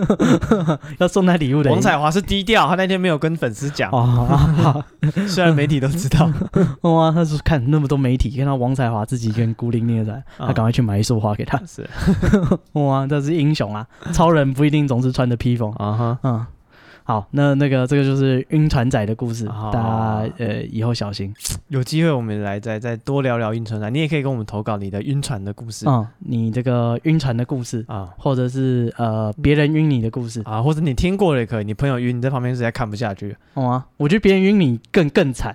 要送他礼物的王彩华是低调，他那天没有跟粉丝讲，哦，虽然媒体都知道。 哇，他是看那么多媒体，看到王彩华自己跟孤零零的在， 啊他赶快去买一束花给他， 是哇，这是英雄啊！超人不一定总是穿着披风，啊哈，嗯。好，那那个这个就是晕船仔的故事，哦大家呃以后小心。有机会我们来再再多聊聊晕船啊，你也可以跟我们投稿你的晕船的故事嗯，你这个晕船的故事，啊或者是呃别人晕你的故事，啊，或者你听过的也可以，你朋友晕，你在旁边实在看不下去，哦啊，我觉得别人晕你更更惨，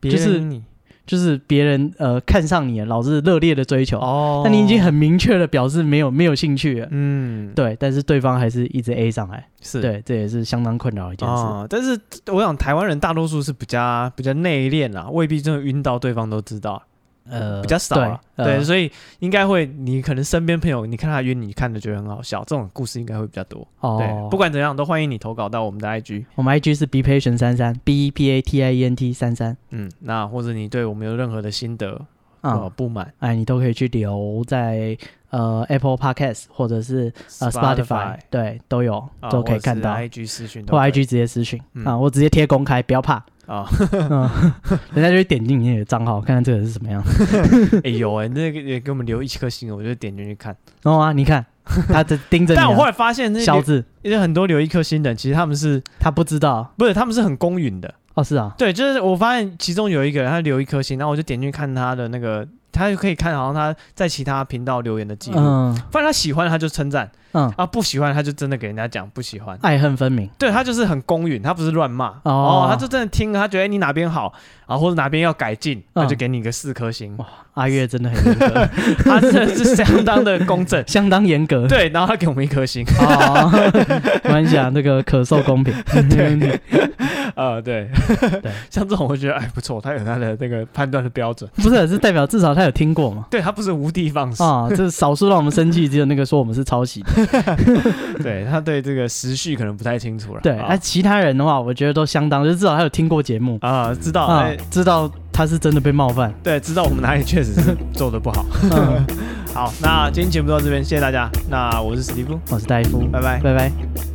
别就是人你就是别人呃看上你了，老是热烈的追求，哦那你已经很明确的表示没有没有兴趣了，嗯对，但是对方还是一直 A 上来，是对，这也是相当困扰的一件事。啊，但是我想台湾人大多数是比较比较内敛啦，未必真的晕到对方都知道，呃，比较少对了。呃对，所以应该会，你可能身边朋友，你看他晕，你看着觉得很好笑，这种故事应该会比较多。哦对，，不管怎样，都欢迎你投稿到我们的 IG。我们 IG 是 b patient 三三 b e p a t i e n t 三三嗯，那或者你对我们有任何的心得啊呃，不满，哎，你都可以去留在呃 Apple Podcast 或者是呃 Spotify，对，都有啊都可以看到或者，是 IG 私讯都或可以 IG 直接私讯嗯啊，我直接贴公开，不要怕，啊， 嗯，人家就会点进你的账号，看看这个人是什么样。 哎有哎，那个也给我们留一颗星，我就点进去看。然后啊，你看他在盯着你 啊，但我后来发现，那小些子因为很多留一颗星的人，其实他们是他不知道不是他们是很公允的。哦，是啊，对，就是我发现其中有一个人他留一颗星，然后我就点进去看他的那个，他就可以看好像他在其他频道留言的记录。嗯反正他喜欢他就称赞嗯，啊，不喜欢他就真的给人家讲不喜欢。爱恨分明，对他就是很公允，他不是乱骂哦他就真的听，他觉得哎你哪边好啊，或者哪边要改进，嗯那就给你个四颗星哇阿月真的很严格，。他真的是相当的公正 相当严格。对，然后他给我们一颗星，哦， 没关系啊，那个可受 公平。对，呃，对，对， 像这种我觉得哎不错，他有他的那个判断的标准，不是，是代表至少他有听过 嘛？对他不是无的放矢，啊，这少数让我们生气，只有那个说我们是抄袭的。对他对这个时序可能不太清楚了。嗯对，哎啊那其他人的话，我觉得都相当，就至少他有听过节目啊，知道，啊哎，，知道他是真的被冒犯。对，知道我们哪里确实是做的不好。嗯， 好，那今天节目到这边，谢谢大家，那我是史蒂夫，我是戴夫，拜拜。拜拜。